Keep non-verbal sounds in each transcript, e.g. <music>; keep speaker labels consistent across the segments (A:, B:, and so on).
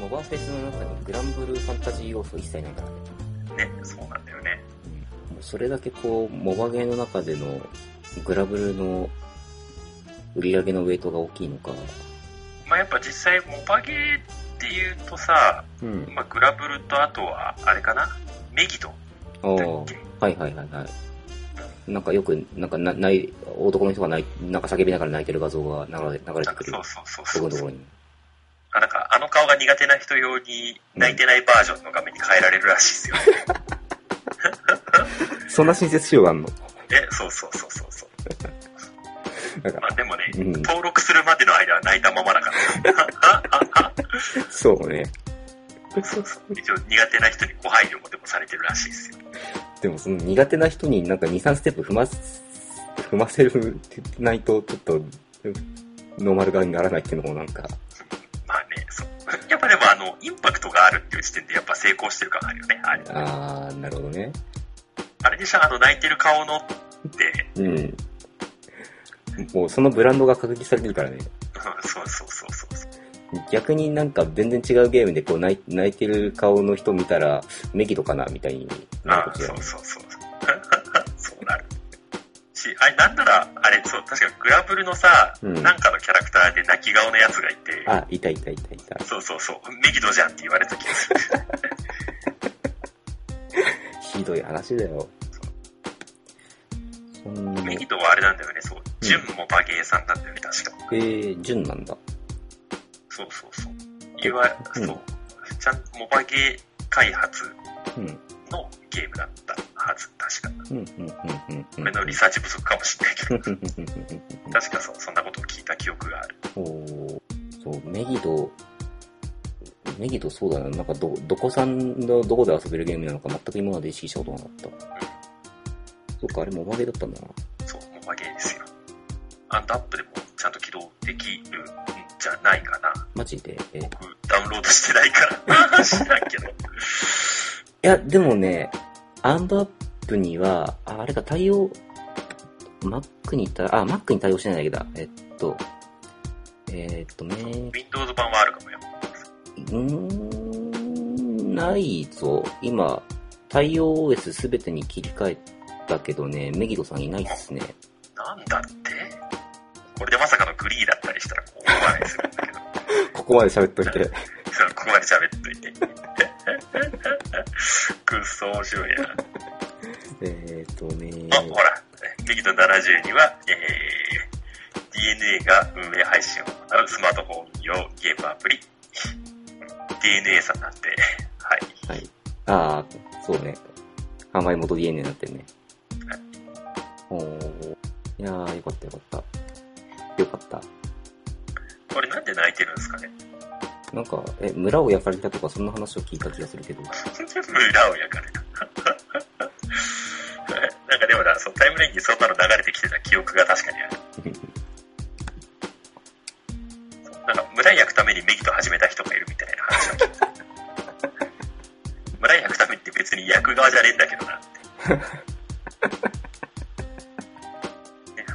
A: ノバフェスの中にグランブルーファンタジー要素一切ないからね。
B: ね、そうなんだよね。
A: もうそれだけこう、モバゲーの中でのグラブルの売り上げのウェイトが大きいのか。
B: まあやっぱ実際、モバゲーっていうとさ、
A: うん。
B: まあグラブルとあとは、あれかなメギド
A: ああ、
B: だっ
A: は
B: け
A: いはいはいはい。なんかよく、なんかな、ない、男の人がない、なんか叫びながら泣いてる画像が流れ流れ
B: な
A: て
B: んか
A: くる
B: そ。うそうそう
A: す
B: そ
A: ご
B: う
A: いところに。
B: あなんかあの顔が苦手な人用に泣いてないバージョンの画面に変えられるらしい <laughs> ですよ。
A: そんな親切仕様があんの <laughs>
B: え、そうそうそうそうそう。
A: なんか
B: まあでもね、
A: うん
B: 登録するまでの間は泣いたままだから。
A: そうね。
B: そうそう。一応苦手な人にご配慮もでもされてるらしいですよ。
A: でもその苦手な人になんか2、3ステップ踏ます、踏ませるってないと、ちょっと、ノーマル側にならないっていうのもなんか、
B: まあね、そう。やっぱでもあの、インパクトがあるっていう時点でやっぱ成功してる感あるよね。あれ
A: あー、なるほどね。
B: あれでしょ、あの泣いてる顔のって、 <laughs>
A: うん。もうそのブランドが確立されてるから
B: う
A: ね。
B: んそうそうそうそうそう。
A: 逆になんか全然違うゲームでこう泣い泣いてる顔の人見たら、メギドかなみたいになる
B: あ
A: か
B: あ
A: も
B: そ。
A: しれないう
B: そうそう。そうなる。し、あれ、なんなら、あれ、そう、確かグラブルのさ、
A: うん
B: なんかのキャラクターで泣き顔のやつがいて、
A: あ、いたいたいたいた。
B: そうそうそう、メギドじゃんって言われた気がする。
A: ひどい話だよ。そんなもん
B: メ
A: え
B: ギドはあれなんだよね、そう。ジュンもバゲーさんなんだよね、確か。
A: ー、純なんだ。
B: そうそうそう。いわ
A: うん
B: そう。ちゃん、モバゲー開発
A: うん。
B: のゲームだったはず、確か。
A: うん、うん、うん、うん。うん
B: 俺のリサーチ不足かもしれないけど、
A: う
B: 確かそう、そんなことを聞いた記憶がある。
A: んおーそう、メギド、メギドそうだな、なんかど、どこさんのどこで遊べるゲームなのか全く今まで意識したことなかった。そっか、あれもおまけだったんだな。
B: そう、モバゲーですよ。アンドアップでもちゃんと起動できるんじゃないかな。
A: マジで。えい
B: 僕、ダウンロードしてないから、知らんけど。
A: や、でもね、アンドアップには、あ、あれか、対応、Mac に対、あ、Mac に対応してないだけだ。えっと、えっとね、
B: Windows 版はあるかもよ。
A: うーん、ないぞ。今、対応 OS すべてに切り替えたけどね、メギドさんいないっすね。
B: なんだってこれでまさかのグリーだったりしたら、こう、思わない <laughs> するんだけど。
A: <laughs> ここまで喋っといて。
B: そうここまで喋っといて。 <laughs> くっそ面白いな。
A: えーっとね
B: あ、ほら、メギト72は、えー、DNA が運営配信を行うスマートフォン用ゲームアプリ、DNA さんなんで、はい。
A: はい。ああ、そうね。販売元 DNA になってるね。おーいやー、よかったよかった。よかった。
B: これなんで泣いてるんですかね <laughs>
A: なんか、え、村を焼かれたとかそんな話を聞いた気がする <laughs> けど。
B: 村を焼かれた。なんかでもな、そうタイムラインにそんなの流れてきてた記憶が確かにある。なんか村焼くためにメギト始めた人がいるみたいな話を聞いた。村焼くためって別に焼く側じゃねえんだけどなって。ね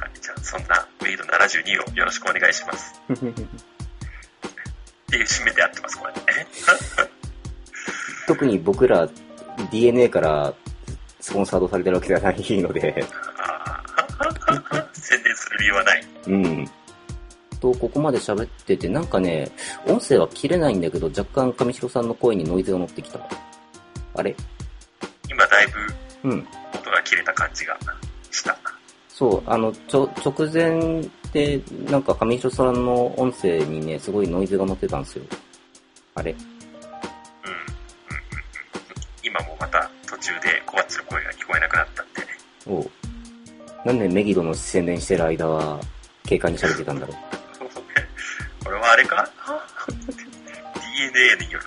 B: はいじゃあそんなメギト72をよろしくお願いします。っていう締めてやってます、これ。
A: 特に僕ら DNA からスポンサードされてるわけじゃないので。
B: あー宣伝する理由はない。
A: うん。と、ここまで喋ってて、なんかね、音声は切れないんだけど、若干上白さんの声にノイズが乗ってきた。あれ
B: 今だいぶ
A: うん。
B: 音が切れた感じがした。
A: そう、あの、ちょ、直前で、なんか上白さんの音声にね、すごいノイズが乗ってたんですよ。あれ
B: うん。うんうんうん今もまた途中でコバッチの声が聞こえなくなったんで、 <laughs>
A: おうなんでメギドの宣伝してる間は、警官に喋ってたんだろ
B: これはあれか ?DNA による。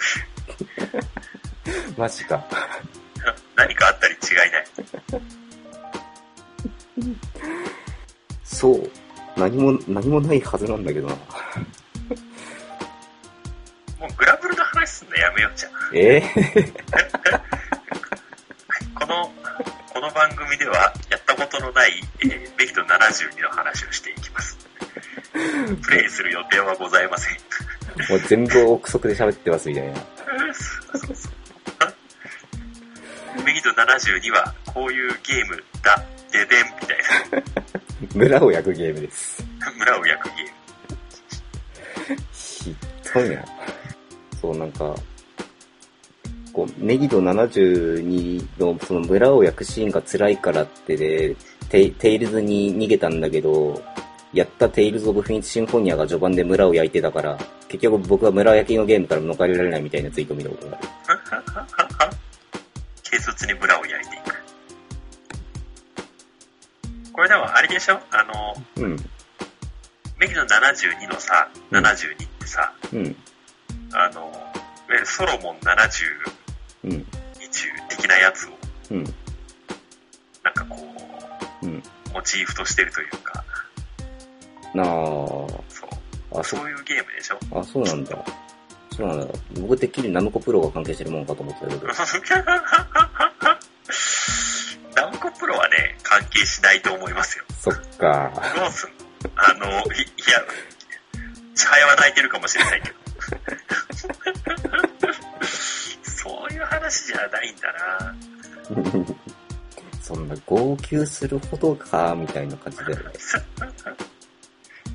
B: <laughs>
A: う。 <laughs> マジか。
B: 何かあったに違いない。
A: そう。何も、何もないはずなんだけどな。
B: もうグラブルの話すんのやめようじゃん。
A: え
B: この、この番組ではやったことのない、えー、メヒト72の話をしていきます。プレイする予定はございません。
A: <laughs> もう全部憶測で喋ってますみたいな。
B: メギド72は、こういうゲームだ、ででん、みたい
A: 村を焼くゲームです。
B: な。村を焼くゲーム。
A: ひどいな。そう、なんか、こう、ネギド72のその村を焼くシーンが辛いからってで、テイテイルズに逃げたんだけど、やったテイルズ・オブ・フィニッシュ・シンフォニアが序盤で村を焼いてたから、結局僕は村焼きのゲームから逃れられないみたいなツイート見たことがある。
B: 軽率に村を焼いていく。これでもあれでしょあの、
A: うん、
B: メギド72のさ、
A: うん
B: 72ってさ、
A: うん、
B: あの、いわゆるソロモン70、
A: うん、
B: 中的なやつを、
A: うん、
B: なんかこ
A: うん。
B: う、モチーフとしてるというか、
A: なあ、
B: そう。
A: あ、そ
B: そういうゲームでしょ
A: あ、そうなんだ。そうなんだ。僕てっきりナムコプロが関係してるもんかと思ってたけど。
B: <laughs> ナムコプロはね、関係しないと思いますよ。
A: そっか。
B: どうすんのあの、いいや、ちはやは泣いてるかもしれないけど。そういう話じゃないんだな。
A: <laughs> そんな号泣するほどか、みたいな感じだよね。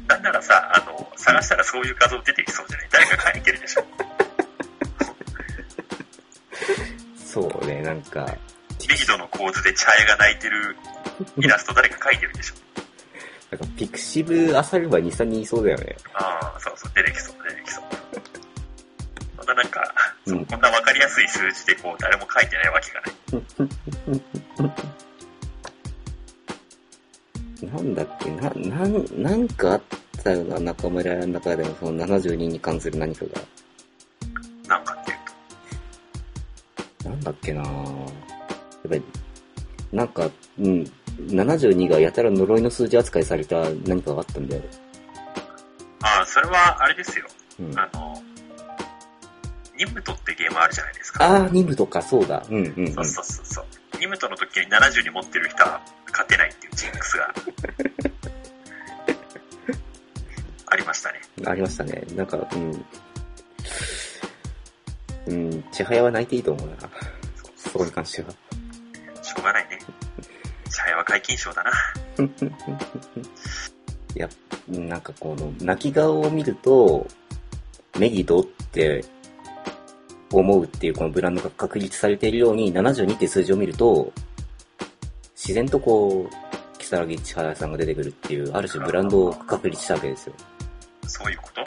B: なんならさ、あの、探したらそういう画像出てきそうじゃない誰か書いてるでしょ
A: そうね、なんか、
B: リギドの構図で茶屋が泣いてるイラスト誰か描いてるでしょ。
A: なんかピクシブあされば2、3人いそうだよね。
B: ああ、そうそう、出てきそう、出てきそう。またなんか、
A: う
B: そ
A: ん
B: うこんなわかりやすい数字でこう、誰も書いてないわけがない。
A: なんだっけ、な、なん、なんかあったよな、中村の中でも、その72に関する何かが。
B: なんかっていうと。
A: なんだっけなやっぱり、なんか、うん、72がやたら呪いの数字扱いされた何かがあったんだよ。
B: ああ、それは、あれですよ。
A: うん。あ
B: あの、ニムトってゲームあるじゃないですか。
A: あー、ニムとか、そうだ。うん、うん、うん
B: そう。そうそうそう。ニムトの時に70に持ってる人は勝てないっていうジンクス
A: <laughs>
B: が。ありましたね。
A: ありましたね。なんか、うん。うん、千早は泣いていいと思うな。
B: そう
A: そこに関しては。
B: しょうがないね。茶屋は解禁賞だな。
A: いや、なんかこの、泣き顔を見ると、メギドって思うっていうこのブランドが確立されているように、72って数字を見ると、自然とこう、木更木千早さんが出てくるっていう、ある種ブランドを確立したわけですよ。
B: そういうこと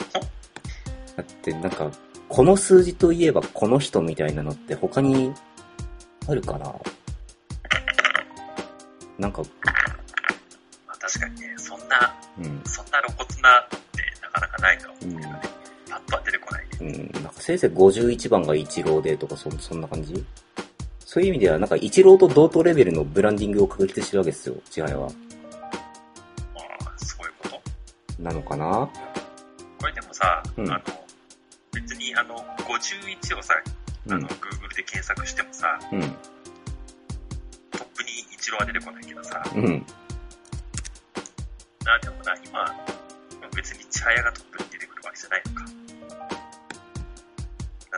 A: だってなんか、この数字といえばこの人みたいなのって他にあるかななんか、
B: まあ確かにね、そんな、
A: うん、
B: そんな露骨なのってなかなかないかも。
A: う
B: パ
A: ん、
B: ッとは出てこないね。
A: うん、なんかせいぜい51番がイチローでとかそそんな感じそういう意味ではなんかイチローと同等レベルのブランディングを確立してるわけですよ、千早は。
B: まあ、そういうこと。
A: なのかな
B: これでもさ、
A: うん
B: あの、別にあの、51をさ、あ
A: う
B: の、
A: ん、
B: Google で検索してもさ、
A: うん、
B: トップに一郎は出てこないけどさ、
A: うん。
B: な、でもな、今、まあ別に茶屋がトップに出てくるわけじゃないのか。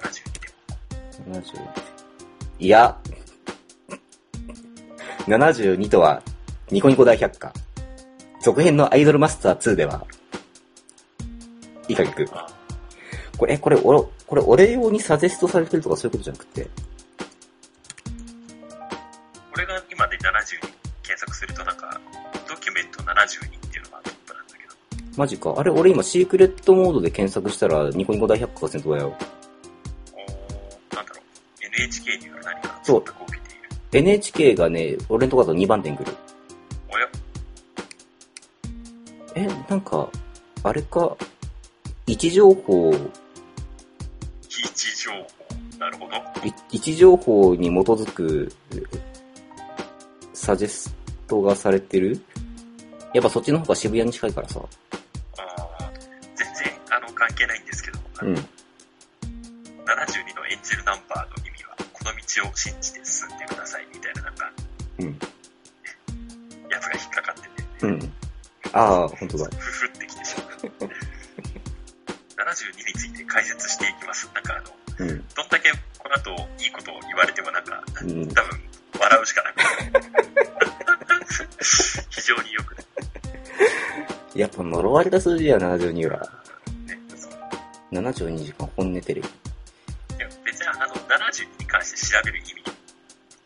B: 72でも。
A: 70いや、72とは、ニコニコ大百科。続編のアイドルマスター2では、いいか逆。
B: あ
A: これ、えこれ、おろこれ、俺用にサジェストされてるとかそういうことじゃなくて。
B: 俺が今で72検索するとなんか、ドキュメント72っていうのがトップなんだけど、
A: マジか。あれ、俺今、シークレットモードで検索したら、ニコニコ大百科が先頭だよ。
B: おーなんだろう、NHK による何か
A: そう
B: を受けている。
A: NHK がね、俺のとこだと2番手に来る。
B: おや
A: え、なんか、あれか、位置情報、
B: 非日常報。なるほど。
A: い位置情報に基づく、サジェストがされてるやっぱそっちの方が渋谷に近いからさ。
B: あー全然、あの、関係ないんですけど、あ
A: うん
B: の。72のエンジェルナンバーの意味は、この道を信じて進んでください、みたいな、なんか、
A: うん。
B: やつが引っかかってて、
A: うん。ああ、本当だ。
B: ふふってきてしまう。72 72について解説していきます。なんかあの、
A: うん。
B: どんだけこの後いいことを言われてもなんか、多
A: うん
B: 分笑うしか
A: <laughs>
B: なくて。 <laughs> 非常によくね、
A: やっぱ呪われた数字や、72は。
B: そう
A: 72時間本音テレビ。
B: いや別にあの、72に関して調べる意味、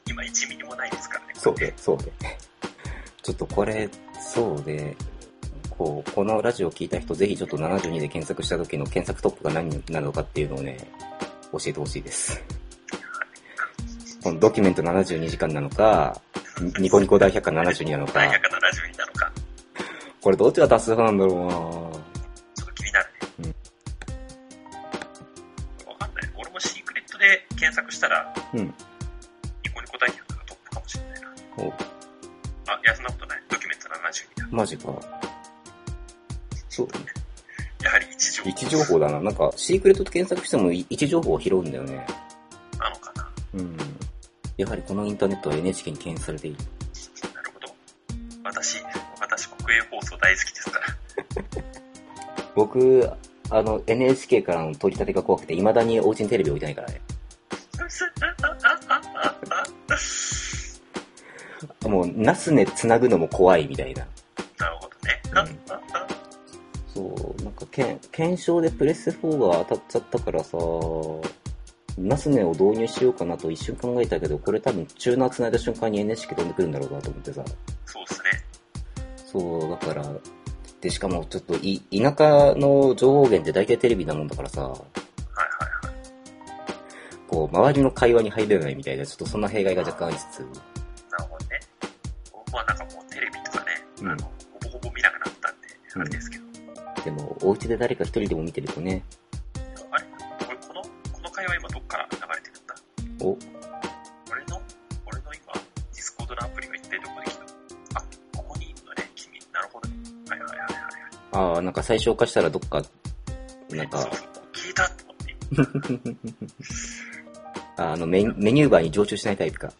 B: 今1ミリもないですからね。
A: そうで、そうで。ちょっとこれ、そうで、こう、このラジオを聞いた人、ぜひちょっと72で検索した時の検索トップが何なのかっていうのをね、教えてほしいです。このドキュメント72時間なのか、ニニコニコ大百科72なのか
B: 何、百か72なのか、
A: これどっちが多数派なんだろ
B: ちょっと気になるね。わ、かんない。俺もシークレットで検索したら、
A: うなうん。
B: ニコニコ大百科がトップかもしれないな。
A: お、
B: あ、いや、そんなことない。ドキュメント72だ。
A: マジか。そう。
B: やはり一条
A: 位置情報だな。なんか、シークレットと検索しても位置情報を拾うんだよね。
B: なのかな。
A: うん。やはりこのインターネットは NHK に敬遠されている。
B: なるほど。私、私国営放送大好きですから。 <laughs>
A: 僕、あの、NHK からの取り立てが怖くて、未だにお家にテレビ置いてないからね。もう、ナスネ繋ぐのも怖いみたいな。
B: なるほどね。
A: うんそう、なんか、けん検証でプレステ4が当たっちゃったからさ、ナスネを導入しようかなと一瞬考えたけど、これ多分チューナー繋いだ瞬間に NHK 飛んでくるんだろうなと思ってさ。
B: そうですね。
A: そう、だから、で、しかもちょっとい、田舎の情報源って大体テレビなもんだからさ、
B: はいはいはい。
A: こう、周りの会話に入れないみたいな、ちょっとそんな弊害が若干ありつつ、
B: なるほどね。僕はなんかもうテレビとかね、
A: うん
B: あの、ほぼほぼ見なくなったんで、
A: うん
B: あれですけど。
A: でも、お家で誰か一人でも見てるとね、
B: あれこれこの、この会話今どっから流れてるんだ
A: お、
B: 俺の、俺の今、ディスコードのアプリが一体どこで来たあ、ここにいるのね、君。なるほどね。はいはいはいはい。
A: ああ、なんか最小化したらどっか、なん
B: そ
A: か
B: う、そう、聞いたと思って。
A: ああのメ、メニューバーに常駐しないタイプか。
B: ね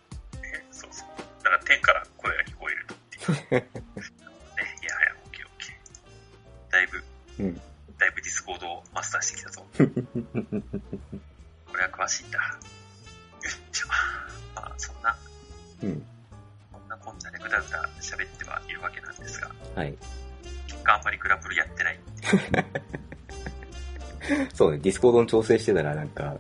B: そうそう。だから天から声が聞こえるとっ
A: <laughs>
B: ていう。ね、いやはや、オッケーオッケー。だいぶ、
A: うん。
B: だいぶディスコードをマスターしてきたぞ。これは詳しいんだ。よいしょ。 <laughs> まあ、そんな、
A: うん。
B: こんなこんなでぐだぐだ喋ってはいるわけなんですが、
A: はい。
B: 結果あんまりグラブルやってない。
A: そうね、ディスコードの調整してたらなんか、